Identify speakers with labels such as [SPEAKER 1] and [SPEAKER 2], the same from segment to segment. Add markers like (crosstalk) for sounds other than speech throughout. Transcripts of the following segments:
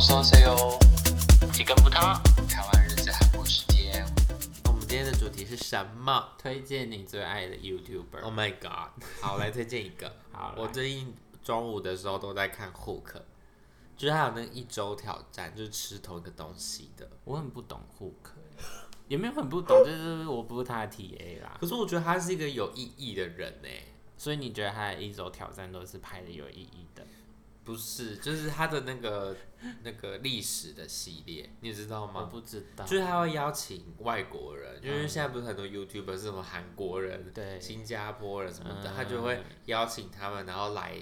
[SPEAKER 1] 说 C O，
[SPEAKER 2] 几根葡萄。
[SPEAKER 1] 哦台湾日子韩国时间。
[SPEAKER 2] 我们今天的主题是什么？推荐你最爱的 YouTuber。
[SPEAKER 3] Oh my god！
[SPEAKER 2] (laughs)
[SPEAKER 3] 好，来推荐一个。
[SPEAKER 2] 好，
[SPEAKER 3] 我
[SPEAKER 2] 我
[SPEAKER 3] 最近中午的时候都在看 Hook，就是还有那一周挑战，就是吃同一个东西的。
[SPEAKER 2] 我很不懂 Hook，也没有很不懂，就是我不是他的 TA 啦。
[SPEAKER 3] 可是我觉得他是一个有意义的人欸呢、
[SPEAKER 2] 所以你觉得他的一周挑战都是拍的有意义的？
[SPEAKER 3] 不是，就是他的那个那个历史的系列，你知道
[SPEAKER 2] 我
[SPEAKER 3] 吗？
[SPEAKER 2] 不知道。
[SPEAKER 3] 就是他会邀请外国人，因为现在不是很多 YouTuber 是什么韩国人、
[SPEAKER 2] 对
[SPEAKER 3] 新加坡人什么的，
[SPEAKER 2] 哎嗯
[SPEAKER 3] 他就会邀请他们，然后来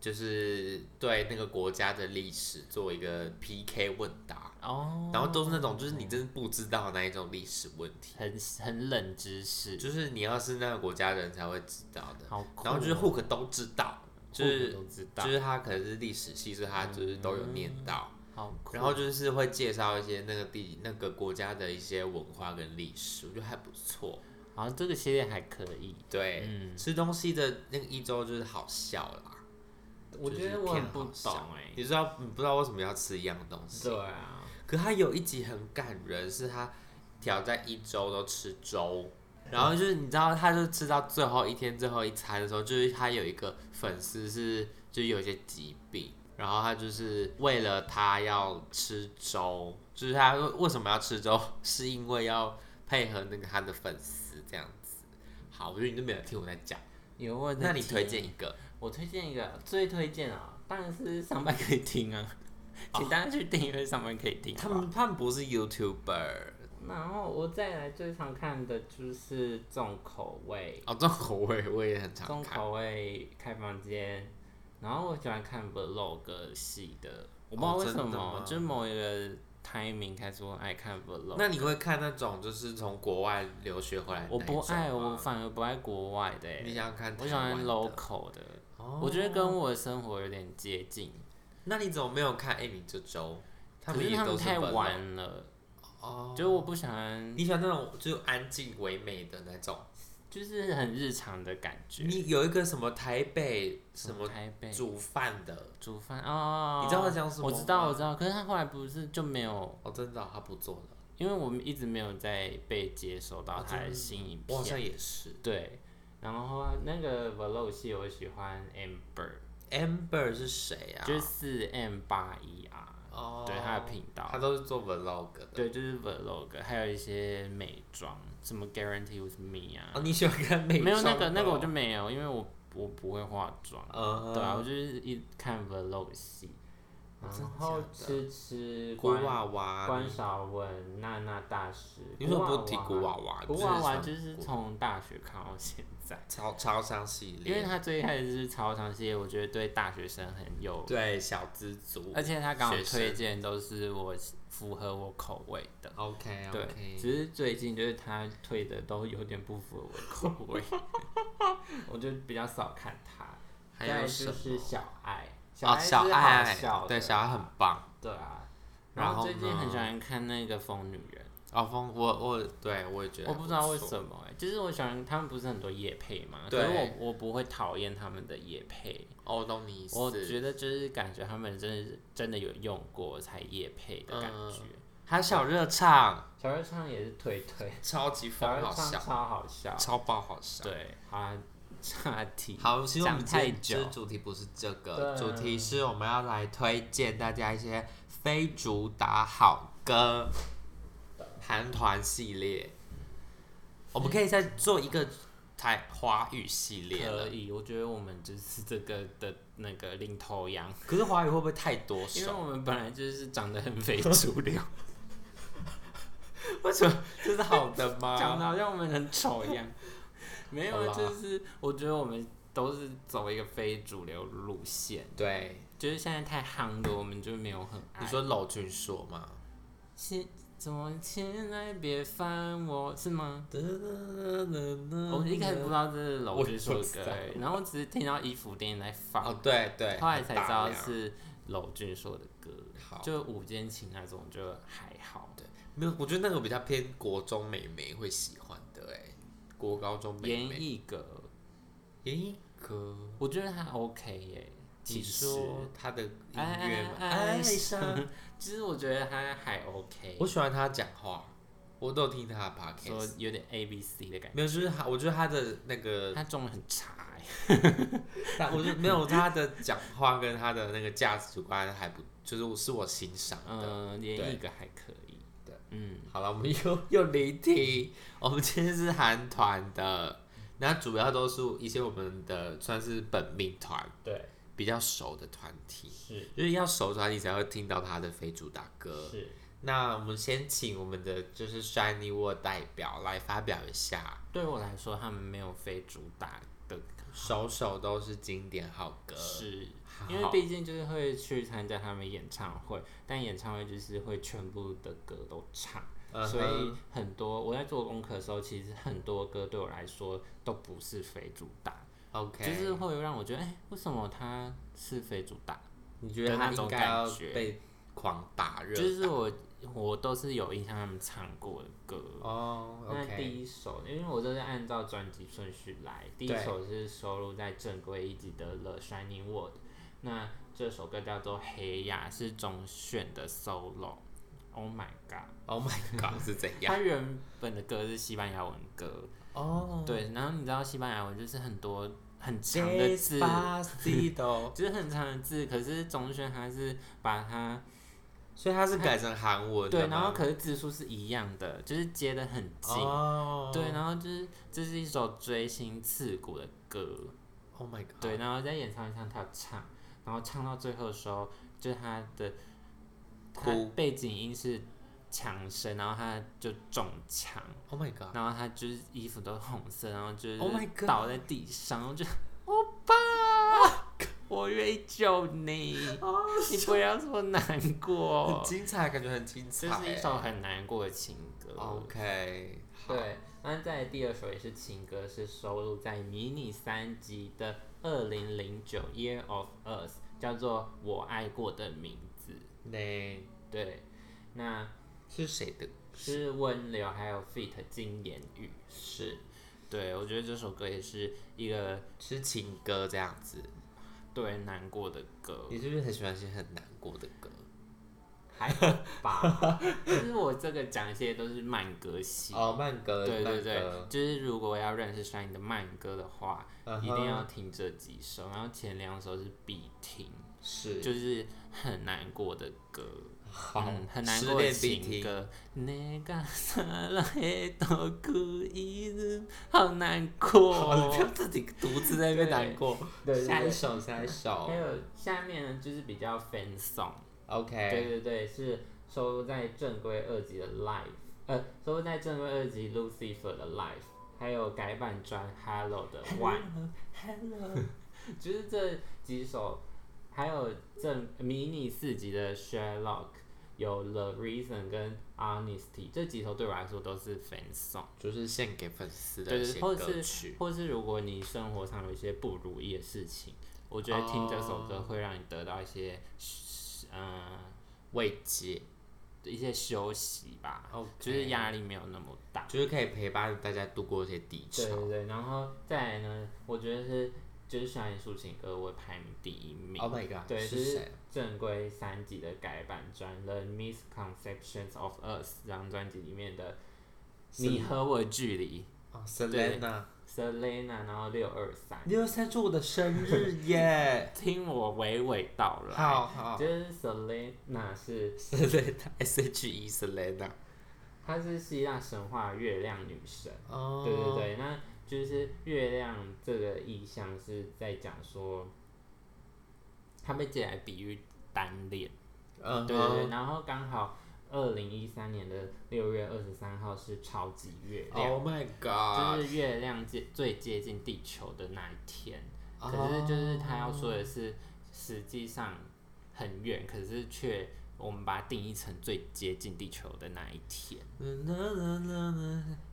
[SPEAKER 3] 就是对那个国家的历史做一个 PK 问答。
[SPEAKER 2] 哦，
[SPEAKER 3] 然后都是那种，就是你真的不知道的那一种历史问题，
[SPEAKER 2] 很很冷知识，
[SPEAKER 3] 就是你要是那个国家人才会知道的。
[SPEAKER 2] 好酷哦。
[SPEAKER 3] 然后就是 Hook 都知道，就
[SPEAKER 2] Hook
[SPEAKER 3] 是
[SPEAKER 2] 都知道
[SPEAKER 3] 就，是他可能是历史系，所以他就是都有念到。
[SPEAKER 2] 好酷。
[SPEAKER 3] 然后就是会介绍一些那个地那个国家的一些文化跟历史，我觉得还不错。
[SPEAKER 2] 好像这个系列还可以。
[SPEAKER 3] 对，
[SPEAKER 2] 嗯
[SPEAKER 3] 吃东西的那个一周就是好笑啦。
[SPEAKER 2] 我觉得我很不懂哎、
[SPEAKER 3] 你知道你不知道为什么要吃一样东西？
[SPEAKER 2] 对啊，
[SPEAKER 3] 可他有一集很感人，是他挑战一周都吃粥，
[SPEAKER 2] 嗯
[SPEAKER 3] 然后就是你知道，他就吃到最后一天最后一餐的时候，就是他有一个粉丝是就是有一些疾病，然后他就是为了他要吃粥，就是他为什么要吃粥， (laughs) 是因为要配合那个他的粉丝这样子。好，我觉得你都没有听我在讲，
[SPEAKER 2] 有问题。
[SPEAKER 3] 那你推荐一个？
[SPEAKER 2] 我推荐一个最推荐啊，当然是上班可以听啊，请大家去订阅上班可以听。
[SPEAKER 3] 他
[SPEAKER 2] 好不
[SPEAKER 3] 们他们不是 YouTuber
[SPEAKER 2] 好然后我再来最常看的就是重口味，
[SPEAKER 3] 哦，这种口味我也很常
[SPEAKER 2] 重
[SPEAKER 3] 看。
[SPEAKER 2] 口味开房间，然后我喜欢看 vlog 系的，我不知道
[SPEAKER 3] 哦
[SPEAKER 2] 为什
[SPEAKER 3] 真的
[SPEAKER 2] 么，
[SPEAKER 3] 吗
[SPEAKER 2] 就是某一个 timing 开始我爱看 vlog。
[SPEAKER 3] 那你会看那种就是从国外留学回来哎的那
[SPEAKER 2] 我
[SPEAKER 3] 一种
[SPEAKER 2] 不
[SPEAKER 3] 吗？哎
[SPEAKER 2] 爱，我反而不爱国外的、
[SPEAKER 3] 你
[SPEAKER 2] 欸，
[SPEAKER 3] 想想看，
[SPEAKER 2] 我喜欢
[SPEAKER 3] 台湾的。
[SPEAKER 2] local 的，
[SPEAKER 3] 哦
[SPEAKER 2] 我觉得跟我的生活有点接近，
[SPEAKER 3] 那你怎么没有看《艾米这周》？
[SPEAKER 2] 可
[SPEAKER 3] 们
[SPEAKER 2] 是
[SPEAKER 3] 也
[SPEAKER 2] 他
[SPEAKER 3] 都
[SPEAKER 2] 们
[SPEAKER 3] 是
[SPEAKER 2] 太
[SPEAKER 3] 本来
[SPEAKER 2] 晚了，
[SPEAKER 3] 哦。
[SPEAKER 2] 就是我不喜欢
[SPEAKER 3] 你喜欢那种就是安静唯美的那种？
[SPEAKER 2] 就是很日常的感觉。
[SPEAKER 3] 你有一个什么台北什么
[SPEAKER 2] 台北
[SPEAKER 3] 煮饭的？
[SPEAKER 2] 煮饭哦，
[SPEAKER 3] 你知道他讲什么
[SPEAKER 2] 我知道，
[SPEAKER 3] 吗
[SPEAKER 2] 我知道。可是他后来不是就没有，
[SPEAKER 3] 哦，真的哦、他不做了。
[SPEAKER 2] 因为我们一直没有在被接收到
[SPEAKER 3] 哦
[SPEAKER 2] 他
[SPEAKER 3] 真
[SPEAKER 2] 的
[SPEAKER 3] 的
[SPEAKER 2] 新影
[SPEAKER 3] 我好像
[SPEAKER 2] 片。
[SPEAKER 3] 也是。
[SPEAKER 2] 对，然后那个 vlog 系我喜欢 Amber，、
[SPEAKER 3] Amber 是谁啊？
[SPEAKER 2] 就是四 M 八一 R，、
[SPEAKER 3] 哦，
[SPEAKER 2] 对他的频
[SPEAKER 3] 他
[SPEAKER 2] 道。
[SPEAKER 3] 都是做 vlog 的。
[SPEAKER 2] 对，就是 vlog，还有一些美妆，什么 Guarantee with me 啊，
[SPEAKER 3] 哦，你喜欢看美
[SPEAKER 2] 没有那
[SPEAKER 3] 妆
[SPEAKER 2] 个
[SPEAKER 3] 的
[SPEAKER 2] 那个我
[SPEAKER 3] 哦
[SPEAKER 2] 就没有，因为我我不会化妆。
[SPEAKER 3] 嗯，
[SPEAKER 2] 对啊，我就是一看 vlog 系，
[SPEAKER 3] 哦
[SPEAKER 2] 然
[SPEAKER 3] 真的
[SPEAKER 2] 后
[SPEAKER 3] 假的
[SPEAKER 2] 吃吃
[SPEAKER 3] 古
[SPEAKER 2] 关
[SPEAKER 3] 娃娃，
[SPEAKER 2] 关少文、娜娜大师，
[SPEAKER 3] 你为什么不提
[SPEAKER 2] 听
[SPEAKER 3] 古娃娃？
[SPEAKER 2] 古娃娃
[SPEAKER 3] 这
[SPEAKER 2] 就是从大学看到现
[SPEAKER 3] (laughs)
[SPEAKER 2] 在，
[SPEAKER 3] 超超商系
[SPEAKER 2] 因为
[SPEAKER 3] 列，
[SPEAKER 2] 他最开始是超长系列，我觉得对大学生很有，
[SPEAKER 3] 对小资族
[SPEAKER 2] 而且他刚好
[SPEAKER 3] 学生
[SPEAKER 2] 推荐都是我符合我口味的。
[SPEAKER 3] ，OK
[SPEAKER 2] 对
[SPEAKER 3] OK，
[SPEAKER 2] 只是最近就是他推的都有点不符合我的口味， (laughs) 我就比较少看他。
[SPEAKER 3] 还
[SPEAKER 2] 再
[SPEAKER 3] 有
[SPEAKER 2] 来
[SPEAKER 3] 什
[SPEAKER 2] 就
[SPEAKER 3] 么？
[SPEAKER 2] 是小爱，
[SPEAKER 3] 哦，
[SPEAKER 2] 爱是
[SPEAKER 3] 小
[SPEAKER 2] 好笑的
[SPEAKER 3] 对小爱很棒。
[SPEAKER 2] 对啊。
[SPEAKER 3] 然
[SPEAKER 2] 然
[SPEAKER 3] 后
[SPEAKER 2] 后最近
[SPEAKER 3] 呢
[SPEAKER 2] 很喜欢看那个疯女人。
[SPEAKER 3] 哦，风我我对我也觉得
[SPEAKER 2] 我
[SPEAKER 3] 还
[SPEAKER 2] 不知道为
[SPEAKER 3] 错
[SPEAKER 2] 什么、欸，就是我喜欢他们不是很多夜配嘛，可
[SPEAKER 3] 对
[SPEAKER 2] 是我我不会讨厌他们的夜配，
[SPEAKER 3] 哦，我懂你意思。
[SPEAKER 2] 我觉得就是感觉他们真的是真的有用过才夜配的感觉。
[SPEAKER 3] 还有小热唱
[SPEAKER 2] 嗯小二唱也是推推，
[SPEAKER 3] 超级
[SPEAKER 2] 小
[SPEAKER 3] 疯，
[SPEAKER 2] 二
[SPEAKER 3] 好
[SPEAKER 2] 唱
[SPEAKER 3] 笑，
[SPEAKER 2] 超好笑，
[SPEAKER 3] 超爆好笑。
[SPEAKER 2] 对， (laughs) 好啊，岔题，
[SPEAKER 3] 好，其实我们
[SPEAKER 2] 讲太
[SPEAKER 3] 今天
[SPEAKER 2] 久
[SPEAKER 3] 的主题不是这个，
[SPEAKER 2] 对
[SPEAKER 3] 主题是我们要来推荐大家一些非主打好歌，韩团系列。我们可以再做一个台华语系列了
[SPEAKER 2] 可，以，我觉得我们就是这个的那个领头羊，
[SPEAKER 3] 可是华语会不会太多
[SPEAKER 2] 因为
[SPEAKER 3] 首？
[SPEAKER 2] 我们本来就是长得很 (laughs) 非主流，
[SPEAKER 3] 为什么这是好的
[SPEAKER 2] (laughs) 讲
[SPEAKER 3] 吗？
[SPEAKER 2] 的好像我们很丑 (laughs) 一样。没有
[SPEAKER 3] 好
[SPEAKER 2] 啊，
[SPEAKER 3] 啦
[SPEAKER 2] 就是我觉得我们都是走一个非主流路线，
[SPEAKER 3] 对，
[SPEAKER 2] 就是现在太夯的，我们就没有很爱。
[SPEAKER 3] 你说娄俊硕吗？
[SPEAKER 2] 亲，怎么前来别烦我是吗？嗯我一开始不知道这是娄俊硕的
[SPEAKER 3] 我也不知
[SPEAKER 2] 歌欸
[SPEAKER 3] 道，
[SPEAKER 2] 然后只是听到衣服店在放，
[SPEAKER 3] 哦，对对，
[SPEAKER 2] 后来才知道
[SPEAKER 3] 很大量
[SPEAKER 2] 是娄俊硕的歌，
[SPEAKER 3] 好。
[SPEAKER 2] 就午间情那种就还好，
[SPEAKER 3] 没有，我觉得那个比较偏国中美眉会喜欢的哎、国高中美
[SPEAKER 2] 严
[SPEAKER 3] 眉
[SPEAKER 2] 艺格，
[SPEAKER 3] 严一哥，
[SPEAKER 2] 我觉得还 OK 耶、
[SPEAKER 3] 你
[SPEAKER 2] 其实哎
[SPEAKER 3] 说他的音乐吗？
[SPEAKER 2] 爱
[SPEAKER 3] 爱
[SPEAKER 2] 爱哎
[SPEAKER 3] 上，其实我觉得他还 OK，我喜欢他讲话，我都有听他的 podcast，
[SPEAKER 2] 说有点 A B C 的感
[SPEAKER 3] 没有，就是他，我觉得他的那
[SPEAKER 2] 觉，
[SPEAKER 3] 个，
[SPEAKER 2] (laughs) 他中文很差哎、
[SPEAKER 3] 他我就没有他的讲话跟他的那个价值观还不，就是我是我欣赏的。
[SPEAKER 2] 嗯，
[SPEAKER 3] 对
[SPEAKER 2] 连一个还可以，
[SPEAKER 3] 对，
[SPEAKER 2] 嗯，
[SPEAKER 3] 好了，我们又又离题，我们今天是韩团的，那主要都是一些我们的算是本命团
[SPEAKER 2] 啊对，
[SPEAKER 3] 比较熟的团体，
[SPEAKER 2] 是
[SPEAKER 3] 就是要熟团体才会听到他的非主打歌。
[SPEAKER 2] 是，
[SPEAKER 3] 那我们先请我们的就是 Shiny World 代表来发表一下，
[SPEAKER 2] 对我来说他们没有非主打的
[SPEAKER 3] 首首都是经典好歌，
[SPEAKER 2] 是
[SPEAKER 3] 好
[SPEAKER 2] 因为毕竟就是会去参加他们演唱会，但演唱会就是会全部的歌都唱，
[SPEAKER 3] 嗯哼
[SPEAKER 2] 所以很多我在做功课的时候，其实很多歌对我来说都不是非主打
[SPEAKER 3] OK，
[SPEAKER 2] 就是会让我觉得，哎、为什么它是非主打？
[SPEAKER 3] 你觉得
[SPEAKER 2] 的
[SPEAKER 3] 他
[SPEAKER 2] 那种
[SPEAKER 3] 应该要
[SPEAKER 2] 感觉
[SPEAKER 3] 被狂打热打？
[SPEAKER 2] 就是我我都是有印象他们唱过的歌。
[SPEAKER 3] 哦
[SPEAKER 2] 那
[SPEAKER 3] ，OK，
[SPEAKER 2] 第一首，因为我都是按照专辑顺序来，第一
[SPEAKER 3] 对
[SPEAKER 2] 首是收录在正规一辑的《The Shining World》，那这首歌叫做《黑呀》，是钟铉的 solo。Oh my god！
[SPEAKER 3] ，Oh my God，是怎
[SPEAKER 2] 它
[SPEAKER 3] 样？
[SPEAKER 2] 原本的歌是西班牙文歌，
[SPEAKER 3] 哦，
[SPEAKER 2] 对，然后你知道西班牙文就是很多 (laughs) 很长的字， (laughs)
[SPEAKER 3] ，Despacito，
[SPEAKER 2] 就是很长的字，可是钟铉他是把它
[SPEAKER 3] 所以他是改成韩文的
[SPEAKER 2] 对，
[SPEAKER 3] 吗
[SPEAKER 2] 然后可是字数是一样的，就是接的很近，
[SPEAKER 3] 哦，
[SPEAKER 2] 对，然后就是这是一首锥心刺骨的歌，
[SPEAKER 3] ，Oh my God，
[SPEAKER 2] 对，然后在演唱会上他有唱，然后唱到最后的时候，就是他的他
[SPEAKER 3] 哭
[SPEAKER 2] 背景音是枪声，然后他就中枪，
[SPEAKER 3] ，Oh my God，
[SPEAKER 2] 然后他就是衣服都是红色，然后就是
[SPEAKER 3] Oh my god
[SPEAKER 2] 倒在地上，然后就，欧巴，我愿意救你，你不要这么难
[SPEAKER 3] 很
[SPEAKER 2] 过。
[SPEAKER 3] 精彩，感觉很精彩
[SPEAKER 2] 哦这
[SPEAKER 3] 欸，
[SPEAKER 2] 是一首很难过的情歌。
[SPEAKER 3] OK，好
[SPEAKER 2] 对，那在第二首也是情歌，是收录在迷你三辑的二零零九 Year of Us，叫做《我爱过的名字》。
[SPEAKER 3] 那
[SPEAKER 2] 对，那
[SPEAKER 3] 是谁的？
[SPEAKER 2] 是温流还有 Fit 金言语是，对我觉得这首歌也是一个
[SPEAKER 3] 是情歌这样子，
[SPEAKER 2] 对难过的歌，
[SPEAKER 3] 你是不是很喜欢一些很难过的歌？
[SPEAKER 2] 还好
[SPEAKER 3] (laughs)
[SPEAKER 2] 吧。就是我这个讲一些都是慢歌系，
[SPEAKER 3] 哦，慢歌，
[SPEAKER 2] 对对
[SPEAKER 3] 慢
[SPEAKER 2] 对
[SPEAKER 3] 歌，，
[SPEAKER 2] 就是如果要认识 Shine 的慢歌的话，
[SPEAKER 3] 嗯
[SPEAKER 2] 一
[SPEAKER 3] 哼
[SPEAKER 2] 定要听这几首，然后前两首是必听，
[SPEAKER 3] 是
[SPEAKER 2] 就是很难过的歌。
[SPEAKER 3] 好
[SPEAKER 2] 嗯，很难
[SPEAKER 3] 失
[SPEAKER 2] 过的
[SPEAKER 3] 恋
[SPEAKER 2] (laughs)
[SPEAKER 3] 必
[SPEAKER 2] 情
[SPEAKER 3] 听。
[SPEAKER 2] 歌。那个萨拉黑多哭一直好难过。
[SPEAKER 3] 好， (laughs) 你不要自己独自在那边难过。
[SPEAKER 2] 对对对
[SPEAKER 3] 下一首，下一首
[SPEAKER 2] 还。有下面呢，就是比较 fan song，对
[SPEAKER 3] OK，
[SPEAKER 2] 对对，是收录在正规二辑的 Life，呃，收录在正规二辑 Lucifer 的 Life，还有改版专 Hello 的 One，就是 (laughs) 这几首，还有正迷你四辑的 Sherlock，有 The Reason 跟 Honesty 这几首对我来说都是 fan song。
[SPEAKER 3] 就是献给粉丝的
[SPEAKER 2] 对
[SPEAKER 3] 一
[SPEAKER 2] 对
[SPEAKER 3] 些
[SPEAKER 2] 或
[SPEAKER 3] 歌
[SPEAKER 2] 是
[SPEAKER 3] 曲。
[SPEAKER 2] 或是如果你生活上有一些不如意的事情，我觉得听这首歌会让你得到一些，嗯、
[SPEAKER 3] 慰藉，
[SPEAKER 2] 一些休息吧
[SPEAKER 3] OK
[SPEAKER 2] 哦就是压力没有那么大。
[SPEAKER 3] 就是可以陪伴大家度过一些低
[SPEAKER 2] 对
[SPEAKER 3] 潮。
[SPEAKER 2] 对对，然后再来呢，我觉得是就是小林抒情歌，我排名第一名。
[SPEAKER 3] Oh my god，
[SPEAKER 2] 对，
[SPEAKER 3] 是
[SPEAKER 2] 就
[SPEAKER 3] 谁
[SPEAKER 2] 是啊正规三集的改版专《The Misconceptions of Us》这张专辑里面的《你和我的距离
[SPEAKER 3] 哦，Selena，》
[SPEAKER 2] ，Selena，然后六二三，
[SPEAKER 3] 六三是我的生日
[SPEAKER 2] (laughs)
[SPEAKER 3] 耶！
[SPEAKER 2] 听我娓娓道来。(laughs)
[SPEAKER 3] 好好
[SPEAKER 2] 就是 Selena 是
[SPEAKER 3] ，Selena，S H E Selena。
[SPEAKER 2] 她是希腊神话月亮女神，
[SPEAKER 3] 哦，
[SPEAKER 2] 对对对，那就是月亮这个意象是在讲说，她被借来比喻单恋，
[SPEAKER 3] 嗯，
[SPEAKER 2] 对对对，然后刚好二零一三年的六月二十三号是超级月亮。
[SPEAKER 3] Oh my
[SPEAKER 2] 就
[SPEAKER 3] god，
[SPEAKER 2] 是月亮接最接近地球的那一天，
[SPEAKER 3] 哦
[SPEAKER 2] 可是就是他要说的是，实际上很远，可是却我们把它定义成最接近地球的那一天，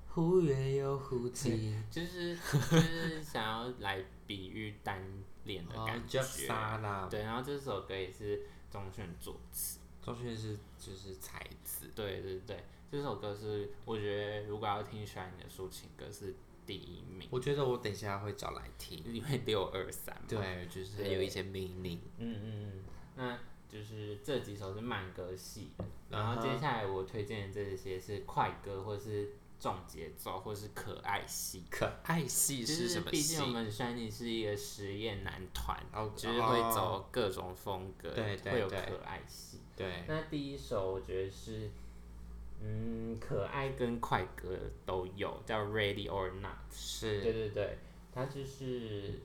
[SPEAKER 3] 忽远又忽近。
[SPEAKER 2] 就是就是想要来比喻单恋的
[SPEAKER 3] 哦
[SPEAKER 2] 感觉
[SPEAKER 3] 就。杀啦，
[SPEAKER 2] 对，然后这首歌也是钟铉作词，
[SPEAKER 3] 周迅是就是才子，
[SPEAKER 2] 对对对，这首歌是我觉得如果要听喜欢你的抒情歌是第一名，
[SPEAKER 3] 我觉得我等一下会找来听。
[SPEAKER 2] 因为六二三嘛。
[SPEAKER 3] 对，就是有一些命令。
[SPEAKER 2] 嗯嗯嗯，那就是这几首是慢歌系的，然
[SPEAKER 3] 嗯
[SPEAKER 2] 后接下来我推荐的这些是快歌或是重节奏或是可爱系。
[SPEAKER 3] 可爱系
[SPEAKER 2] 就是
[SPEAKER 3] 什么
[SPEAKER 2] 毕竟我
[SPEAKER 3] 系？
[SPEAKER 2] 们 Shiny 是一个实验男团，
[SPEAKER 3] 哦
[SPEAKER 2] 就是会走各种风格，
[SPEAKER 3] 对对
[SPEAKER 2] 会有可
[SPEAKER 3] 对
[SPEAKER 2] 爱系。
[SPEAKER 3] 对，
[SPEAKER 2] 那第一首我觉得是，嗯，可爱跟快歌都有，叫 Ready or Not。对
[SPEAKER 3] 是
[SPEAKER 2] 对对，他就是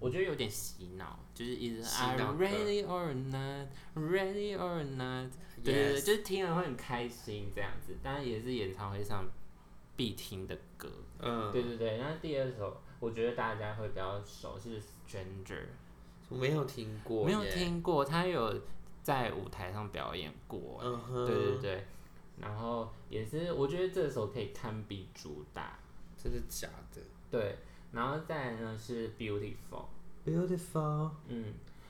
[SPEAKER 2] 我觉得有点洗脑，就是一直
[SPEAKER 3] 洗
[SPEAKER 2] I'm
[SPEAKER 3] 脑歌
[SPEAKER 2] ready or not, ready or not，对对对，
[SPEAKER 3] Yes
[SPEAKER 2] 就是听了会很开心这样子，当然也是演唱会上必听的歌。
[SPEAKER 3] 嗯，
[SPEAKER 2] 对对对，那第二首我觉得大家会比较熟是 Stranger，
[SPEAKER 3] 我没有听过，
[SPEAKER 2] 没有。听过，他有在舞台上表演过，
[SPEAKER 3] 嗯哼，
[SPEAKER 2] 对对对，然后也是我觉得这首可以堪比主打，
[SPEAKER 3] 真的假的
[SPEAKER 2] 对，然后再来呢是 Beautiful。
[SPEAKER 3] ？Beautiful，
[SPEAKER 2] 嗯，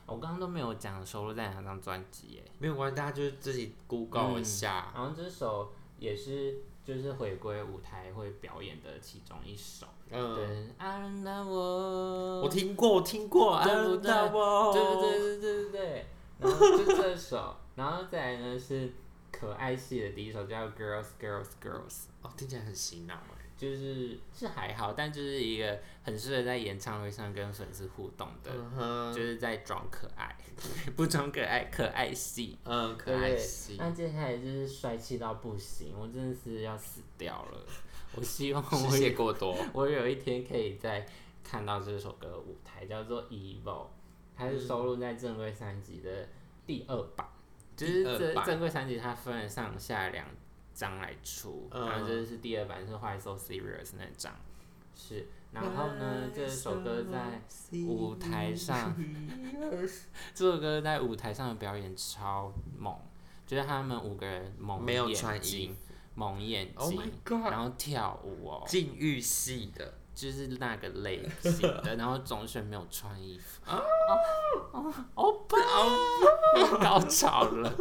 [SPEAKER 2] 我刚刚都没有讲收录在哪张专辑耶。
[SPEAKER 3] 没有关系，大家就是自己 Google 一下。
[SPEAKER 2] 然后这首也是就是回归舞台会表演的其中一首。
[SPEAKER 3] 嗯，
[SPEAKER 2] 对，I don't know，我
[SPEAKER 3] 我听过，我听过，啊
[SPEAKER 2] 对不对
[SPEAKER 3] 对
[SPEAKER 2] 对对对对对对。然后就这首，然后再来呢是可爱系的第一首叫 Girls Girls Girls，
[SPEAKER 3] 哦，听起来很洗脑哎。
[SPEAKER 2] 就是是还好，但就是一个很适合在演唱会上跟粉丝互动的，
[SPEAKER 3] 嗯
[SPEAKER 2] 就
[SPEAKER 3] 哼，
[SPEAKER 2] 是在装可爱，不装可爱，可爱系。
[SPEAKER 3] 嗯，可
[SPEAKER 2] 对
[SPEAKER 3] 爱
[SPEAKER 2] 对 (laughs)
[SPEAKER 3] 系。
[SPEAKER 2] 那接下来就是帅气到不行，我真的是要死掉了。我希望
[SPEAKER 3] 失
[SPEAKER 2] 我
[SPEAKER 3] 血
[SPEAKER 2] 有
[SPEAKER 3] 过多。
[SPEAKER 2] (laughs) 我有一天可以再看到这首歌的舞台，叫做《Evil》，它是收录在正规三辑的第二版，就是
[SPEAKER 3] 第二
[SPEAKER 2] 这
[SPEAKER 3] 版
[SPEAKER 2] 正规三辑它分了上下两张来出，
[SPEAKER 3] 嗯
[SPEAKER 2] 然后这是第二版是《坏 So Serious》那张，是，然后呢这首歌在舞台上，这首歌在舞台上的表演超猛，就是他们五个人蒙
[SPEAKER 3] 没有
[SPEAKER 2] 眼
[SPEAKER 3] 穿衣
[SPEAKER 2] 睛，蒙眼
[SPEAKER 3] Oh
[SPEAKER 2] 睛
[SPEAKER 3] my god！
[SPEAKER 2] 然后跳舞哦，
[SPEAKER 3] 禁欲系 (laughs) 的，
[SPEAKER 2] 就是那个类型的，然后总选没有穿衣服，哦哦，高潮了，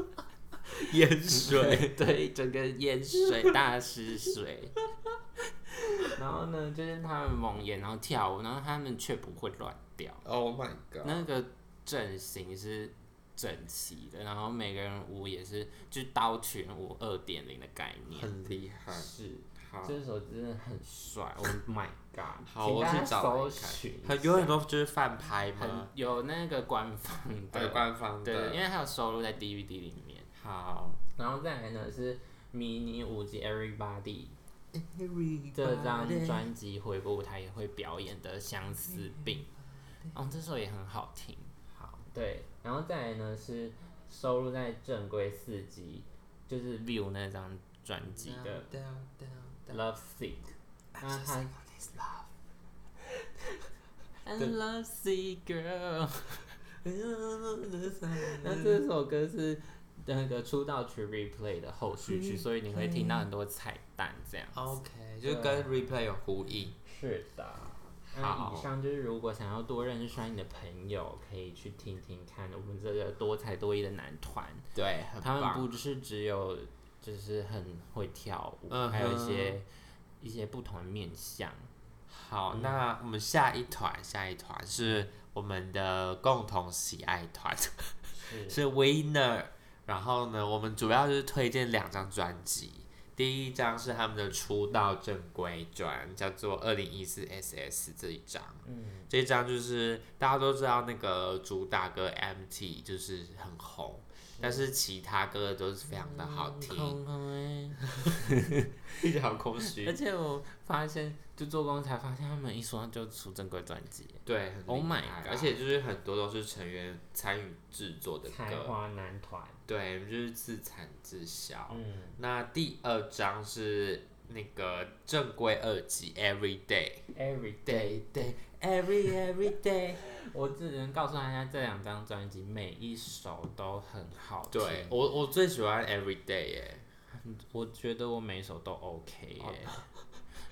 [SPEAKER 3] 盐
[SPEAKER 2] (laughs)
[SPEAKER 3] 水。
[SPEAKER 2] 对对，整个淹水大失水。然后呢，就是他们蒙眼，然后跳舞，然后他们却不会乱掉。
[SPEAKER 3] Oh my god！
[SPEAKER 2] 那个阵型是整齐的，然后每个人舞也是就是刀群舞二点零的概念。
[SPEAKER 3] 很厉害。
[SPEAKER 2] 是，
[SPEAKER 3] 好，
[SPEAKER 2] 这首真的很帅，Oh my god！
[SPEAKER 3] 好，
[SPEAKER 2] 请
[SPEAKER 3] 我
[SPEAKER 2] 大
[SPEAKER 3] 去
[SPEAKER 2] 家
[SPEAKER 3] 找
[SPEAKER 2] 搜
[SPEAKER 3] 来看
[SPEAKER 2] 寻。，
[SPEAKER 3] 很有很多就是翻拍
[SPEAKER 2] 很
[SPEAKER 3] 嘛，
[SPEAKER 2] 有那个啊官方
[SPEAKER 3] 还有
[SPEAKER 2] 的，
[SPEAKER 3] 官方
[SPEAKER 2] 对，因
[SPEAKER 3] 的。
[SPEAKER 2] 为它有收录在 DVD 里面。
[SPEAKER 3] 好，
[SPEAKER 2] 然后再来呢是迷你舞集 Everybody 这张专辑回顾舞台也会表演的《相思病》，哦，这首也很好听。
[SPEAKER 3] 好，
[SPEAKER 2] 对，然后再来呢是收录在正规四辑，就是 View 那张专辑的《Love Sick》。那
[SPEAKER 3] 嗯 (laughs)
[SPEAKER 2] 它 I love sick girl。那这首歌是那个出道曲《Replay》的后续曲，所以你会听到很多彩蛋这样。
[SPEAKER 3] OK，就是跟 replay 有呼应。
[SPEAKER 2] 是的。那
[SPEAKER 3] 好
[SPEAKER 2] 以上就是如果想要多认识帅你的朋友，可以去听听看我们这个多才多艺的男团，
[SPEAKER 3] 对，很
[SPEAKER 2] 他们
[SPEAKER 3] 棒。
[SPEAKER 2] 不是只有就是很会跳舞，
[SPEAKER 3] 嗯哼
[SPEAKER 2] 还有一些一些不同的面相。
[SPEAKER 3] 好，那我们下一团，下一团是我们的共同喜爱团，
[SPEAKER 2] 是
[SPEAKER 3] 是 Winner。然后呢，我们主要就是推荐两张专辑，第一张是他们的出道正规专，叫做《二零一四 SS》这一张。
[SPEAKER 2] 嗯，
[SPEAKER 3] 这一张就是大家都知道那个主打歌 MT 就是很红，但
[SPEAKER 2] 嗯
[SPEAKER 3] 是其他歌都是非常的好听，
[SPEAKER 2] 空空哎。
[SPEAKER 3] 一直好空
[SPEAKER 2] 而
[SPEAKER 3] 虚。
[SPEAKER 2] 且我发现，就做工才发现他们一说就出正规专辑，
[SPEAKER 3] 对很厉
[SPEAKER 2] Oh my
[SPEAKER 3] 害啊
[SPEAKER 2] god
[SPEAKER 3] 而且就是很多都是成员参与制作的
[SPEAKER 2] 才
[SPEAKER 3] 歌，
[SPEAKER 2] 华男团。
[SPEAKER 3] 对，就是自产自销。
[SPEAKER 2] 嗯，
[SPEAKER 3] 那第二张是那个正规二辑 Every Day
[SPEAKER 2] Every Day，
[SPEAKER 3] Day Day Every Every Day，
[SPEAKER 2] (laughs) 我只能告诉大家，这两张专辑每一首都很好听。
[SPEAKER 3] 对我我最喜欢 Every Day 耶、
[SPEAKER 2] 我觉得我每一首都 OK
[SPEAKER 3] 哦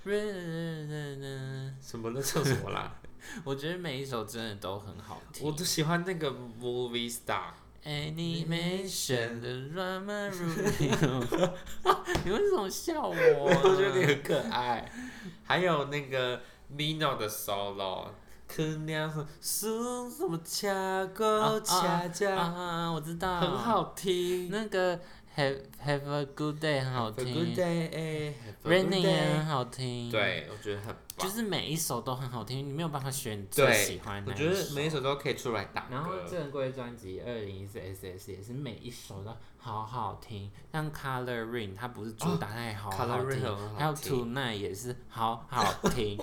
[SPEAKER 2] 耶。
[SPEAKER 3] 什么那叫什么啦？
[SPEAKER 2] (laughs) (laughs) 我觉得每一首真的都很好
[SPEAKER 3] 我
[SPEAKER 2] 听。哎
[SPEAKER 3] 都喜欢那个 Movie Star。
[SPEAKER 2] Animation 的 Drama (laughs) 哦
[SPEAKER 3] (laughs)
[SPEAKER 2] Room，你为什么笑我啊？
[SPEAKER 3] 我觉得你很可爱。还有那个 Mino 的 solo，可那什什什么恰哥恰恰，
[SPEAKER 2] 啊，我知道，
[SPEAKER 3] 很。好
[SPEAKER 2] 啊
[SPEAKER 3] 听。
[SPEAKER 2] 那个 Have Have a Good Day 很好
[SPEAKER 3] Have a good
[SPEAKER 2] 听
[SPEAKER 3] day，哎，Have a good
[SPEAKER 2] ，Raining 也
[SPEAKER 3] day
[SPEAKER 2] 很好听，，
[SPEAKER 3] 对，我觉得很棒。
[SPEAKER 2] 就是每一首都很好听，你没有办法选最喜
[SPEAKER 3] 对
[SPEAKER 2] 欢，
[SPEAKER 3] 我
[SPEAKER 2] 哪
[SPEAKER 3] 觉得每一
[SPEAKER 2] 首。
[SPEAKER 3] 首都可以出来打
[SPEAKER 2] 然后
[SPEAKER 3] 歌。
[SPEAKER 2] 正规专辑二零一四 SS 也是每一首都好好听，像 Color Rain 它不是主打，它也好好
[SPEAKER 3] Color Rain
[SPEAKER 2] 听，
[SPEAKER 3] 很好
[SPEAKER 2] 还有
[SPEAKER 3] 听
[SPEAKER 2] Tonight 也是好好 (laughs) 听，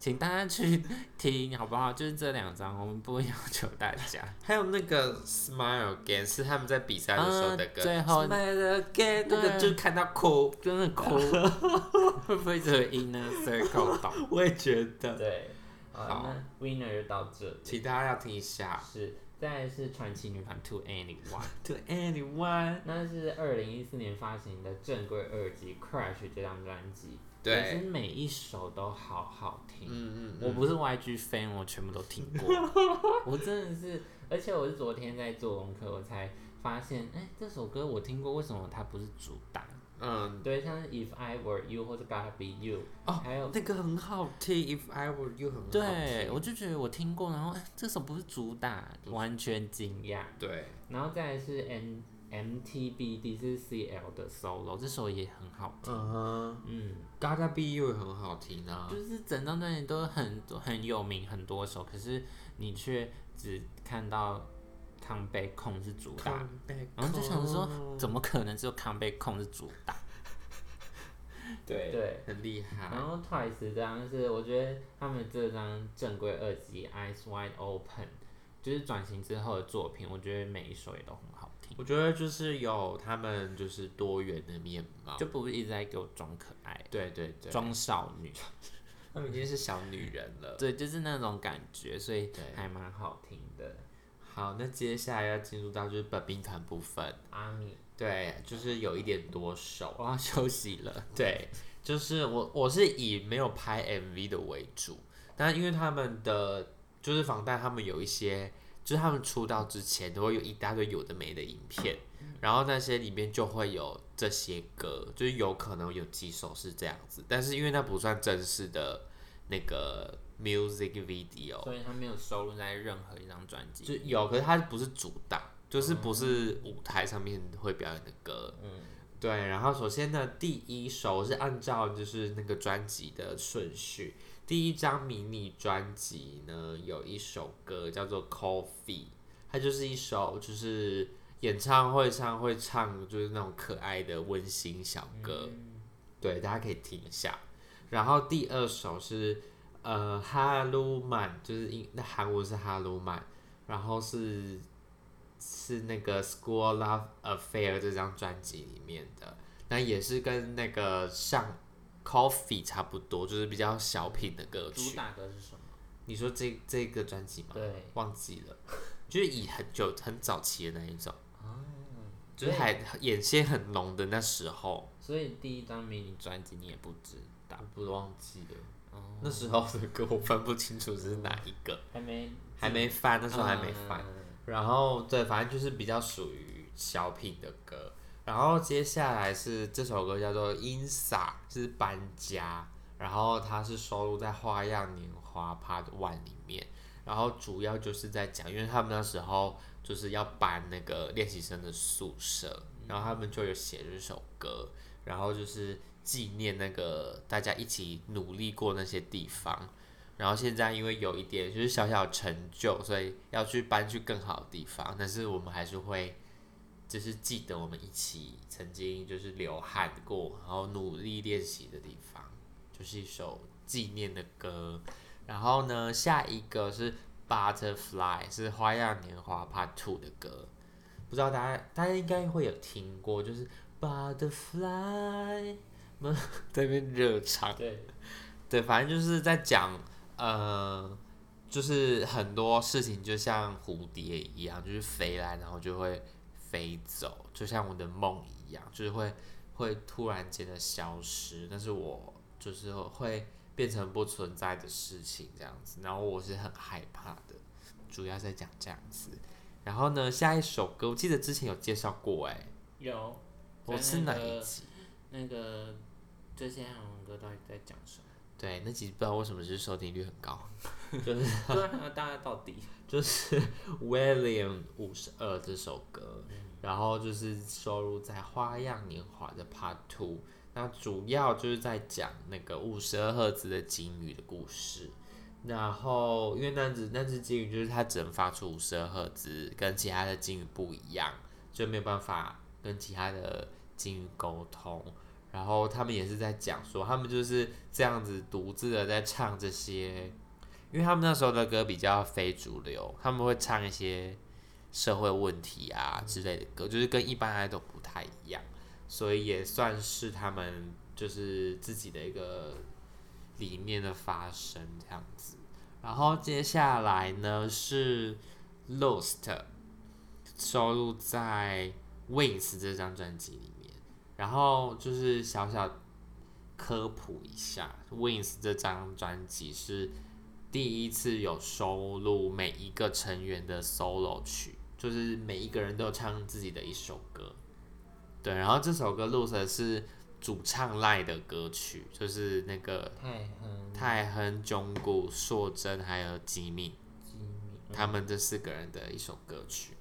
[SPEAKER 2] 请大家去听好不好？就是这两张，我们不要求大家。
[SPEAKER 3] 还有那个 Smile Again 是他们在比赛的时候的歌。
[SPEAKER 2] 啊最后
[SPEAKER 3] Smile Again 那个就看到哭，
[SPEAKER 2] 真的哭， (laughs) 会不会只有 inner circle 懂？
[SPEAKER 3] 我也觉得。
[SPEAKER 2] 对，
[SPEAKER 3] 好
[SPEAKER 2] 好，那 winner 就到这里，
[SPEAKER 3] 其他要听一下。
[SPEAKER 2] 是，再来是传奇女团 To (laughs) Anyone，
[SPEAKER 3] To anyone，
[SPEAKER 2] 那是二零一四年发行的正规二辑 Crash 这张专辑，也
[SPEAKER 3] 对，
[SPEAKER 2] 是每一首都好好听。
[SPEAKER 3] 嗯嗯
[SPEAKER 2] 我
[SPEAKER 3] 嗯，
[SPEAKER 2] 不是 YG fan，我全部都听 (laughs) 过，我真的是，而且我是昨天在做功课，我才发现，哎、这首歌我听过，为什么它不是主打？
[SPEAKER 3] 嗯，
[SPEAKER 2] 对，像是 If I Were You 或者 Gotta Be You，、
[SPEAKER 3] 哦
[SPEAKER 2] 还有
[SPEAKER 3] 那个很好听，If I Were You 很好听。
[SPEAKER 2] 对，我就觉得我听过，然后哎这首不是主打，完全惊讶。
[SPEAKER 3] 对，
[SPEAKER 2] 然后再来是 M MTBD 是 CL 的 solo，这首也很好听。
[SPEAKER 3] 嗯哼
[SPEAKER 2] 嗯，
[SPEAKER 3] ，Gotta Be You 也很好听啊
[SPEAKER 2] 就。是整张专辑都很很有名，很多首，可是你却只看到 Come Back Home 是主打，
[SPEAKER 3] Come back
[SPEAKER 2] 然后就想说
[SPEAKER 3] home
[SPEAKER 2] 怎么可能只有 Come Back Home 是主打？啊
[SPEAKER 3] 对
[SPEAKER 2] 对
[SPEAKER 3] 很厉害
[SPEAKER 2] 然。后 Twice 这张是我觉得他们这张正规二辑 Eyes Wide Open 就是转型之后的作品，我觉得每一首也都很好听，
[SPEAKER 3] 我觉得就是有他们就是多元的面貌，
[SPEAKER 2] 就不是一直在给我装可爱、
[SPEAKER 3] 对对对，
[SPEAKER 2] 装少女，
[SPEAKER 3] 他们已经是小女人了。
[SPEAKER 2] 对，就是那种感觉，所以
[SPEAKER 3] 对
[SPEAKER 2] 还蛮好听的。
[SPEAKER 3] 好，那接下来要进入到就是本兵团部分，
[SPEAKER 2] 阿米，
[SPEAKER 3] 对，就是有一点多首，
[SPEAKER 2] 我要休息了。
[SPEAKER 3] (laughs) 对，就是我我是以没有拍 MV 的为主，但因为他们的就是防弹，他们有一些就是他们出道之前都会有一大堆有的没的影片，然后那些里面就会有这些歌，就是有可能有几首是这样子，但是因为那不算正式的那个 music video，
[SPEAKER 2] 所以他没有收录在任何一张专
[SPEAKER 3] 就
[SPEAKER 2] 辑。
[SPEAKER 3] 有，可是它不是主打，就是不是舞台上面会表演的歌。嗯，对。然后首先呢，第一首是按照就是那个专辑的顺序，第一张迷你专辑呢有一首歌叫做《Coffee》，它就是一首就是演唱会上会唱就是那种可爱的温馨小歌，对，大家可以听一下。然后第二首是呃哈鲁曼，就是英那韩文是哈鲁曼，然后是是那个《School Love Affair》这张专辑里面的，那也是跟那个上 Coffee 差不多，就是比较小品的歌
[SPEAKER 2] 主
[SPEAKER 3] 曲。
[SPEAKER 2] 打歌是什么？
[SPEAKER 3] 你说这这个专辑吗？
[SPEAKER 2] 对，
[SPEAKER 3] 忘记了，就是以很久很早期的那一种，就是还眼线很浓的那时候，
[SPEAKER 2] 所以第一张迷你专辑你也不知道，
[SPEAKER 3] 不忘记了。那时候的歌我分不清楚是哪一个，
[SPEAKER 2] 还没
[SPEAKER 3] 还没翻，那时候还没翻。
[SPEAKER 2] 翻。
[SPEAKER 3] 然后对，反正就是比较属于小品的歌。然后接下来是这首歌叫做《Insa》，是搬家，然后它是收录在《花样年华 Part One》里面。然后主要就是在讲，因为他们那时候就是要搬那个练习生的宿舍，然后他们就有写这首歌，然后就是纪念那个大家一起努力过那些地方。然后现在因为有一点就是小小成就，所以要去搬去更好的地方。但是我们还是会，就是记得我们一起曾经就是流汗过，然后努力练习的地方，就是一首纪念的歌。然后呢，下一个是《Butterfly》，是《花样年华》Part Two 的歌。不知道大家大家应该会有听过，就是 Butterfly，在那边热唱。
[SPEAKER 2] 对，
[SPEAKER 3] 对，反正就是在讲，呃，就是很多事情就像蝴蝶一样，就是飞来，然后就会飞走，就像我的梦一样，就是会会突然间的消失，但是我就是会变成不存在的事情这样子，然后我是很害怕的，主要在讲这样子。然后呢，下一首歌我记得之前有介绍过、欸，哎，
[SPEAKER 2] 有。
[SPEAKER 3] 我是哪一集？
[SPEAKER 2] (laughs) 那个这些韩文歌到底在讲什么？
[SPEAKER 3] 对，那集不知道为什么就是收听率很高，
[SPEAKER 2] 对啊，大家到底
[SPEAKER 3] 就是 William 五十二这首歌，然后就是收录在《花样年华》的 Part Two。那主要就是在讲那个五十二赫兹的鲸鱼的故事。然后，因为那只那只鲸鱼就是它只能发出五十二赫兹，跟其他的鲸鱼不一样，就没有办法跟其他的鲸鱼沟通。然后他们也是在讲说，他们就是这样子独自的在唱这些因为他们那时候的歌比较非主流，他们会唱一些社会问题啊之类的歌，就是跟一般的都不太一样，所以也算是他们就是自己的一个理念的发生这样子。然后接下来呢是 Lost，收录在 Wings 这张专辑里面。然后就是小小科普一下，Wings 这张专辑是第一次有收录每一个成员的 solo 曲，就是每一个人都唱自己的一首歌。对，然后这首歌录的是主唱赖的歌曲，就是那个
[SPEAKER 2] 太很
[SPEAKER 3] 泰亨、中谷、硕真还有吉米
[SPEAKER 2] 机密，
[SPEAKER 3] 他们这四个人的一首歌曲，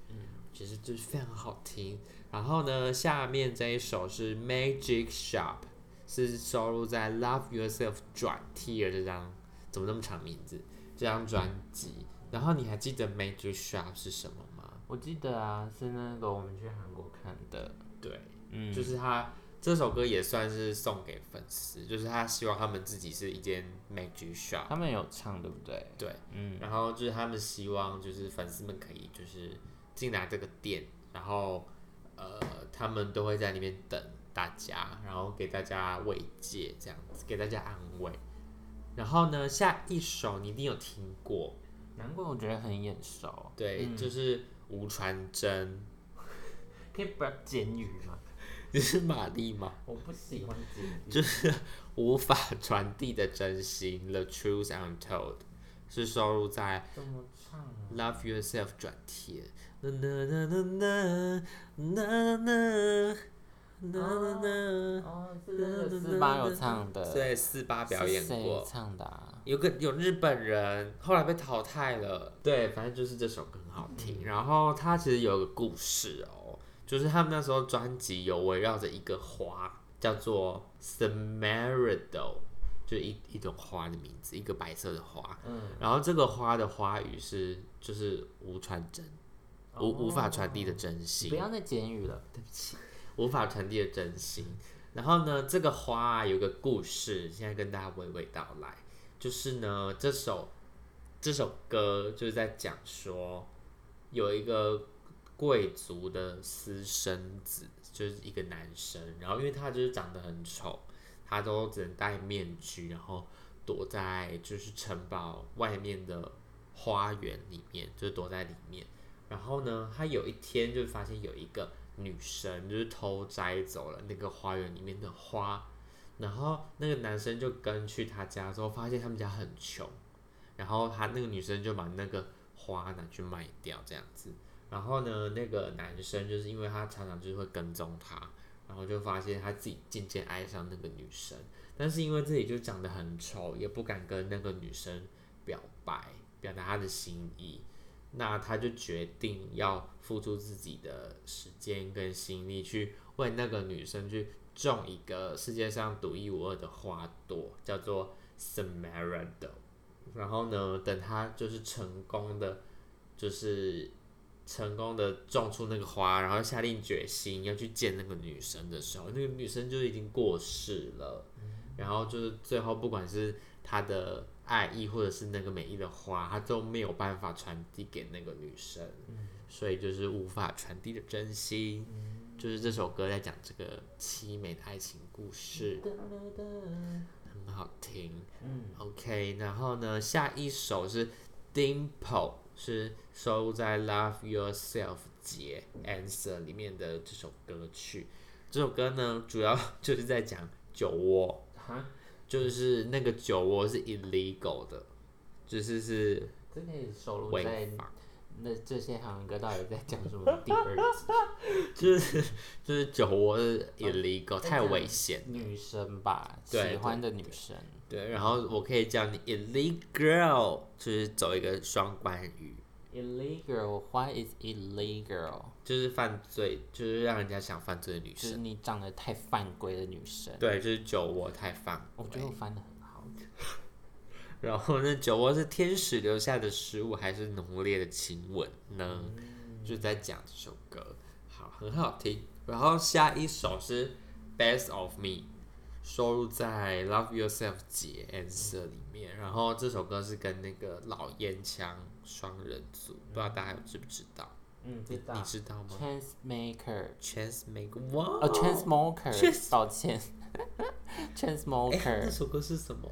[SPEAKER 3] 其实就是非常好听。然后呢，下面这一首是 Magic Shop，是收录在 Love Yourself 转 Tier 这张，怎么那么长名字？这张专辑。然后你还记得 Magic Shop 是什么吗？
[SPEAKER 2] 我记得啊，是那个我们去韩国看的，
[SPEAKER 3] 对，
[SPEAKER 2] 嗯
[SPEAKER 3] 就是他这首歌也算是送给粉丝，就是他希望他们自己是一间 Magic Shop。
[SPEAKER 2] 嗯他们有唱对不对？
[SPEAKER 3] 对，
[SPEAKER 2] 嗯，
[SPEAKER 3] 然后就是他们希望就是粉丝们可以就是进来这个店，然后呃他们都会在里面等大家，然后给大家慰藉这样子，给大家安慰。然后呢，下一首你一定有听过，嗯
[SPEAKER 2] 难怪我觉得很眼熟。
[SPEAKER 3] 对，就是吴传真， (laughs)
[SPEAKER 2] 可以不要监狱吗？
[SPEAKER 3] 你是玛丽吗？
[SPEAKER 2] 我不喜欢监狱。
[SPEAKER 3] 就是无法传递的真心，The Truth Untold，是收录在
[SPEAKER 2] 怎么唱啊？
[SPEAKER 3] Love Yourself 转贴，啦啦啦啦啦啦啦啦啦啦，
[SPEAKER 2] 哦，是那个四八有唱的，
[SPEAKER 3] 对，呃四八表演
[SPEAKER 2] 是谁
[SPEAKER 3] 过，
[SPEAKER 2] 唱的啊？
[SPEAKER 3] 有个有日本人，后来被淘汰了。嗯对，反正就是这首歌很好听。然后它其实有个故事哦，就是他们那时候专辑有围绕着一个花，叫做 Smaragdo，就一一种花的名字，一个白色的花。
[SPEAKER 2] 嗯，
[SPEAKER 3] 然后这个花的花语是就是无传真，无无
[SPEAKER 2] 哦
[SPEAKER 3] 法传递的真
[SPEAKER 2] 不
[SPEAKER 3] 心，
[SPEAKER 2] 要再监狱了。
[SPEAKER 3] 无法传递的真心。然后呢，这个花啊有个故事，现在跟大家娓娓道来，就是呢这首这首歌就是在讲说有一个贵族的私生子，就是一个男生，然后因为他就是长得很丑，他都只能戴面具，然后躲在就是城堡外面的花园里面，就是躲在里面。然后呢，他有一天就发现有一个女生就是偷摘走了那个花园里面的花，然后那个男生就跟去他家之后，发现他们家很穷，然后他那个女生就把那个花拿去卖掉这样子。然后呢，那个男生就是因为他常常就是会跟踪他，然后就发现他自己渐渐爱上那个女生，但是因为自己就长得很丑，也不敢跟那个女生表白，表达他的心意。那他就决定要付出自己的时间跟心力，去为那个女生去种一个世界上独一无二的花朵，叫做 Smaragdo。然后呢，等他就是成功的，就是成功的种出那个花，然后下定决心要去见那个女生的时候，那个女生就已经过世了。然后就是最后，不管是他的爱意或者是那个美丽的花，他都没有办法传递给那个女生，所以就是无法传递的真心。就是这首歌在讲这个凄美的爱情故事，很好听。
[SPEAKER 2] 嗯，
[SPEAKER 3] OK，然后呢，下一首是 Dimple，是收录在《Love Yourself》节 Answer 里面的这首歌曲。这首歌呢，主要就是在讲酒窝，
[SPEAKER 2] 哈，
[SPEAKER 3] 就是那个酒窝是 illegal 的，就是是
[SPEAKER 2] 这可以收录
[SPEAKER 3] 违
[SPEAKER 2] 在
[SPEAKER 3] 法。
[SPEAKER 2] 那这些韩文歌到底在讲什么？第二集
[SPEAKER 3] 就是就是酒窝是 illegal，、太危险。
[SPEAKER 2] 女生吧，
[SPEAKER 3] 对
[SPEAKER 2] 喜欢的女生，
[SPEAKER 3] 对，然后我可以叫你 illegal，就是走一个双关语，
[SPEAKER 2] illegal. Why is illegal？
[SPEAKER 3] 就是犯罪，就是让人家想犯罪的女
[SPEAKER 2] 就是
[SPEAKER 3] 生。
[SPEAKER 2] 你长得太犯规的女生。
[SPEAKER 3] 对，就是酒窝太犯
[SPEAKER 2] 我觉
[SPEAKER 3] 规
[SPEAKER 2] 得。我翻的很好。
[SPEAKER 3] 然后呢，酒窝是天使留下的食物，还是浓烈的亲吻呢？就在讲这首歌，好，很好听。然后下一首是《Best of Me》，收录在《Love Yourself》节 N 社里面。然后这首歌是跟那个老烟枪双人组，不知道大家有知不知道？
[SPEAKER 2] 嗯，
[SPEAKER 3] 你你知道吗
[SPEAKER 2] Chance Maker，
[SPEAKER 3] ？Chance Make One，
[SPEAKER 2] 呃，Chance Smoker，
[SPEAKER 3] Chance-
[SPEAKER 2] 抱歉 (laughs) ，Chance
[SPEAKER 3] 哎，那
[SPEAKER 2] Smoker
[SPEAKER 3] 首歌是什么？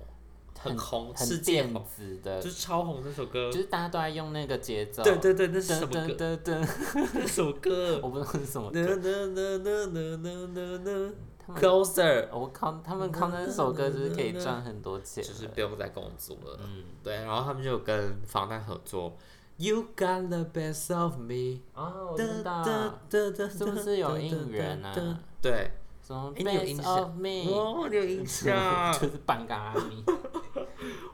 [SPEAKER 2] 很
[SPEAKER 3] 红，世
[SPEAKER 2] 很
[SPEAKER 3] 界
[SPEAKER 2] 电
[SPEAKER 3] 红，
[SPEAKER 2] 子的，
[SPEAKER 3] 就是超红那首歌
[SPEAKER 2] 就。是大家都在用那个节奏。
[SPEAKER 3] 对对对，那是什
[SPEAKER 2] 噔
[SPEAKER 3] 么歌
[SPEAKER 2] 噔？噔噔，
[SPEAKER 3] 那是什么歌？
[SPEAKER 2] 我不知道是什么
[SPEAKER 3] 呢
[SPEAKER 2] 歌。
[SPEAKER 3] 呢呢呢呢呢呢呢
[SPEAKER 2] 他们哦
[SPEAKER 3] ，Closer，
[SPEAKER 2] 我靠，他们靠那首歌就是可以赚很多钱
[SPEAKER 3] 就是
[SPEAKER 2] 的。
[SPEAKER 3] 不用再工作了。
[SPEAKER 2] 嗯
[SPEAKER 3] 对，然后他们就跟防弹合作，You got the best of me。
[SPEAKER 2] 啊，我知道，
[SPEAKER 3] 是
[SPEAKER 2] 是不是有应援啊
[SPEAKER 3] 对，
[SPEAKER 2] 什么
[SPEAKER 3] 哎你有印
[SPEAKER 2] Best
[SPEAKER 3] 象
[SPEAKER 2] of Me，
[SPEAKER 3] 哦，你有印象。
[SPEAKER 2] (laughs) 就是半个阿咪。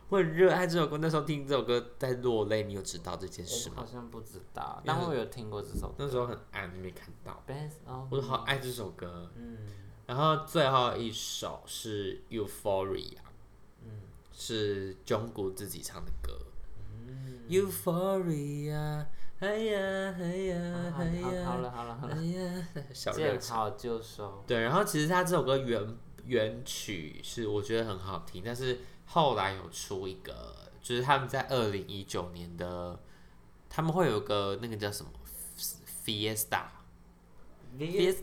[SPEAKER 3] 我很热爱这首歌，那时候听这首歌在落泪，你有知道这件事
[SPEAKER 2] 我好
[SPEAKER 3] 吗？
[SPEAKER 2] 像不知道，
[SPEAKER 3] 因为
[SPEAKER 2] 但我有听过这首歌。
[SPEAKER 3] 那时候很暗，没看到。
[SPEAKER 2] Best of，
[SPEAKER 3] 我
[SPEAKER 2] Me
[SPEAKER 3] 好爱这首歌。
[SPEAKER 2] 嗯
[SPEAKER 3] 然后最后一首是《Euphoria》，
[SPEAKER 2] 嗯
[SPEAKER 3] 是中谷自己唱的歌。
[SPEAKER 2] 嗯，
[SPEAKER 3] Euphoria，哎呀哎呀
[SPEAKER 2] 啊
[SPEAKER 3] 哎
[SPEAKER 2] 好好
[SPEAKER 3] 呀
[SPEAKER 2] 了好了好
[SPEAKER 3] 哎
[SPEAKER 2] 了， (laughs)
[SPEAKER 3] 呀，小热
[SPEAKER 2] 见
[SPEAKER 3] 唱。
[SPEAKER 2] 好就收。
[SPEAKER 3] 对，然后其实他这首歌原原曲是我觉得很好听，但是后来有出一个，就是他们在二零一九年的，他们会有个那个叫什么 Fiesta，Fiesta
[SPEAKER 2] 别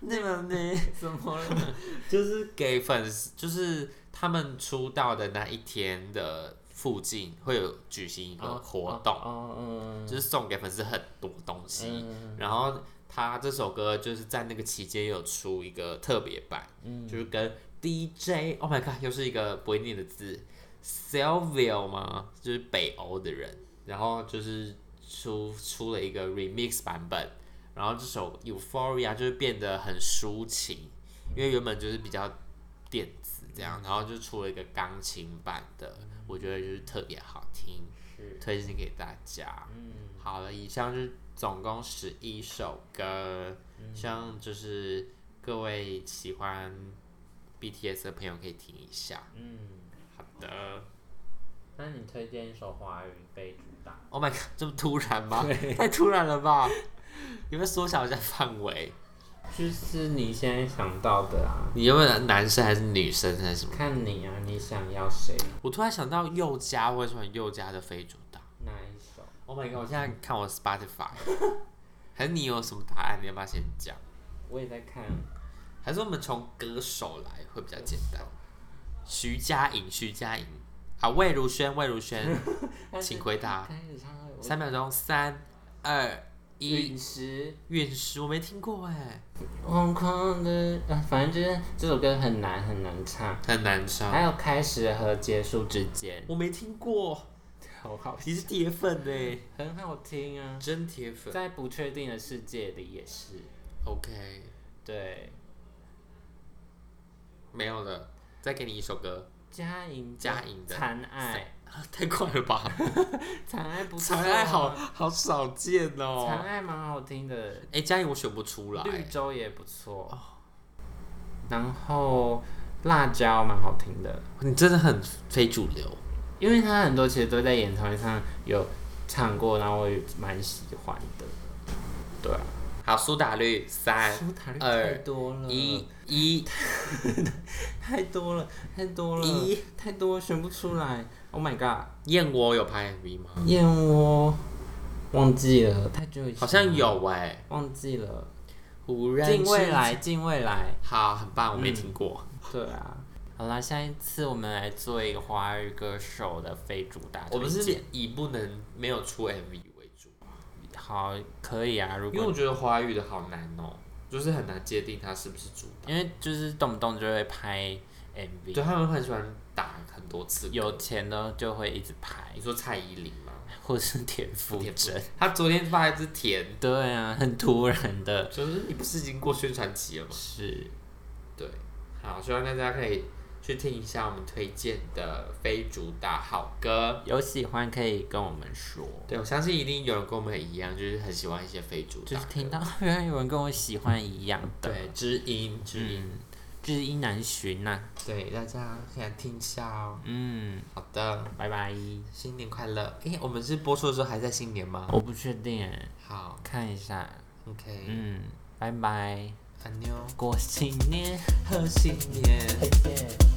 [SPEAKER 3] 那么呢，
[SPEAKER 2] 怎么了？
[SPEAKER 3] 就是给粉丝，就是他们出道的那一天的附近会有举行一个活动，
[SPEAKER 2] 哦嗯
[SPEAKER 3] 就是送给粉丝很多东西，
[SPEAKER 2] 嗯
[SPEAKER 3] 然后他这首歌就是在那个期间有出一个特别版，
[SPEAKER 2] 嗯
[SPEAKER 3] 就是跟 DJ Oh my God，又是一个不会念的字 s e l v i o 吗？就是北欧的人，然后就是出出了一个 remix 版本，然后这首 Euphoria 就是变得很抒情，因为原本就是比较电子这样，然后就出了一个钢琴版的，我觉得就是特别好听，
[SPEAKER 2] 是
[SPEAKER 3] 推荐给大家。
[SPEAKER 2] 嗯
[SPEAKER 3] 好了，以上是总共十一首歌，希望就是各位喜欢 BTS 的朋友可以听一下。
[SPEAKER 2] 嗯，
[SPEAKER 3] 好的
[SPEAKER 2] 那你推荐一首华语非主打？
[SPEAKER 3] ，Oh my god，这么突然吗？太突然了吧！有没有缩小一下范围？
[SPEAKER 2] 就是你现在想到的啊，
[SPEAKER 3] 你有没有男生还是女生还是什么？
[SPEAKER 2] 看你啊，你想要谁？
[SPEAKER 3] 我突然想到佑嘉，我很喜欢佑嘉的非主打。
[SPEAKER 2] 哪一首？
[SPEAKER 3] Oh my god，我现在看我 (laughs) Spotify，还是你有什么答案？你要不要先讲？
[SPEAKER 2] 我也在看，
[SPEAKER 3] 还是我们从歌手来会比较简单。徐佳莹，徐佳莹，好，魏如萱，魏如萱，
[SPEAKER 2] 但是
[SPEAKER 3] 请回答，
[SPEAKER 2] 开始唱了。
[SPEAKER 3] 三秒钟，三二一
[SPEAKER 2] 陨，石，
[SPEAKER 3] 陨石，我没听过哎，
[SPEAKER 2] 疯狂的，啊反正就是这首歌很难很难唱，
[SPEAKER 3] 很难唱，
[SPEAKER 2] 还有开始和结束之间，
[SPEAKER 3] 哎我没听过，
[SPEAKER 2] 好好，
[SPEAKER 3] 你是铁粉哎，
[SPEAKER 2] 很好听啊，
[SPEAKER 3] 真铁粉
[SPEAKER 2] 在不确定的世界里也是，
[SPEAKER 3] ，OK，
[SPEAKER 2] 对，
[SPEAKER 3] 没有了，再给你一首歌， (laughs)
[SPEAKER 2] 嘉颖
[SPEAKER 3] 嘉颖的
[SPEAKER 2] 残爱，
[SPEAKER 3] 太快了吧，
[SPEAKER 2] 残爱不错啊
[SPEAKER 3] 长爱好，好少见
[SPEAKER 2] 残
[SPEAKER 3] 哦，
[SPEAKER 2] 爱蛮好听的，
[SPEAKER 3] 哎，佳莹我选不出来，哦
[SPEAKER 2] 绿洲也不错，然后辣椒蛮好听的，
[SPEAKER 3] 你真的很非主流，
[SPEAKER 2] 因为他很多其实都在演唱会上有唱过，然后我也蛮喜欢的，对啊。
[SPEAKER 3] 好，苏打绿，三
[SPEAKER 2] 苏打绿
[SPEAKER 3] 二
[SPEAKER 2] 太多了，
[SPEAKER 3] 一一。
[SPEAKER 2] 太多了，太多了，
[SPEAKER 3] 一
[SPEAKER 2] 太多选不出来。Oh my god，
[SPEAKER 3] 燕窝有拍 MV 吗？
[SPEAKER 2] 燕窝忘记了，太久以前
[SPEAKER 3] 嗯好像
[SPEAKER 2] 了
[SPEAKER 3] 有哎、
[SPEAKER 2] 忘记了。
[SPEAKER 3] 忽然
[SPEAKER 2] 近未
[SPEAKER 3] 之
[SPEAKER 2] 来，近未来，
[SPEAKER 3] 好，很棒，我没听过。
[SPEAKER 2] 对啊。好啦，下一次我们来做一个华语歌手的非主打
[SPEAKER 3] 我们
[SPEAKER 2] 推
[SPEAKER 3] 是
[SPEAKER 2] 荐
[SPEAKER 3] 以不能没有出 MV 为主，
[SPEAKER 2] 好可以啊，如
[SPEAKER 3] 因为我
[SPEAKER 2] 果
[SPEAKER 3] 觉得华语的好难哦、就是很难界定它是不是主打。
[SPEAKER 2] 因为就是动不动就会拍
[SPEAKER 3] 对，
[SPEAKER 2] MV，
[SPEAKER 3] 他们很喜欢打很多次。
[SPEAKER 2] 有钱的就会一直拍
[SPEAKER 3] 你，说蔡依林吗？
[SPEAKER 2] 或是田馥甄。
[SPEAKER 3] 他昨天发一支甜，
[SPEAKER 2] 对啊，很突然的，
[SPEAKER 3] 就是你不是已经过宣传期了吗？
[SPEAKER 2] 是
[SPEAKER 3] 对，好，希望大家可以去听一下我们推荐的非主打好歌。
[SPEAKER 2] 有喜欢可以跟我们说。
[SPEAKER 3] 对，我相信一定有人跟我们一样，就是很喜欢一些非主打歌，
[SPEAKER 2] 就是听到原来有人跟我喜欢一样的，
[SPEAKER 3] 对知音知音，
[SPEAKER 2] 啊嗯，知音难寻呐、
[SPEAKER 3] 对大家可以来听一下哦。
[SPEAKER 2] 嗯，
[SPEAKER 3] 好的，
[SPEAKER 2] 拜拜。
[SPEAKER 3] 新年快乐！诶，我们是播出的时候还在新年吗？
[SPEAKER 2] 我不确定耶，
[SPEAKER 3] 好
[SPEAKER 2] 看一下，
[SPEAKER 3] ，OK，
[SPEAKER 2] 嗯，拜拜，
[SPEAKER 3] 安妞，
[SPEAKER 2] 过新年。
[SPEAKER 3] 贺新年。
[SPEAKER 2] 再见。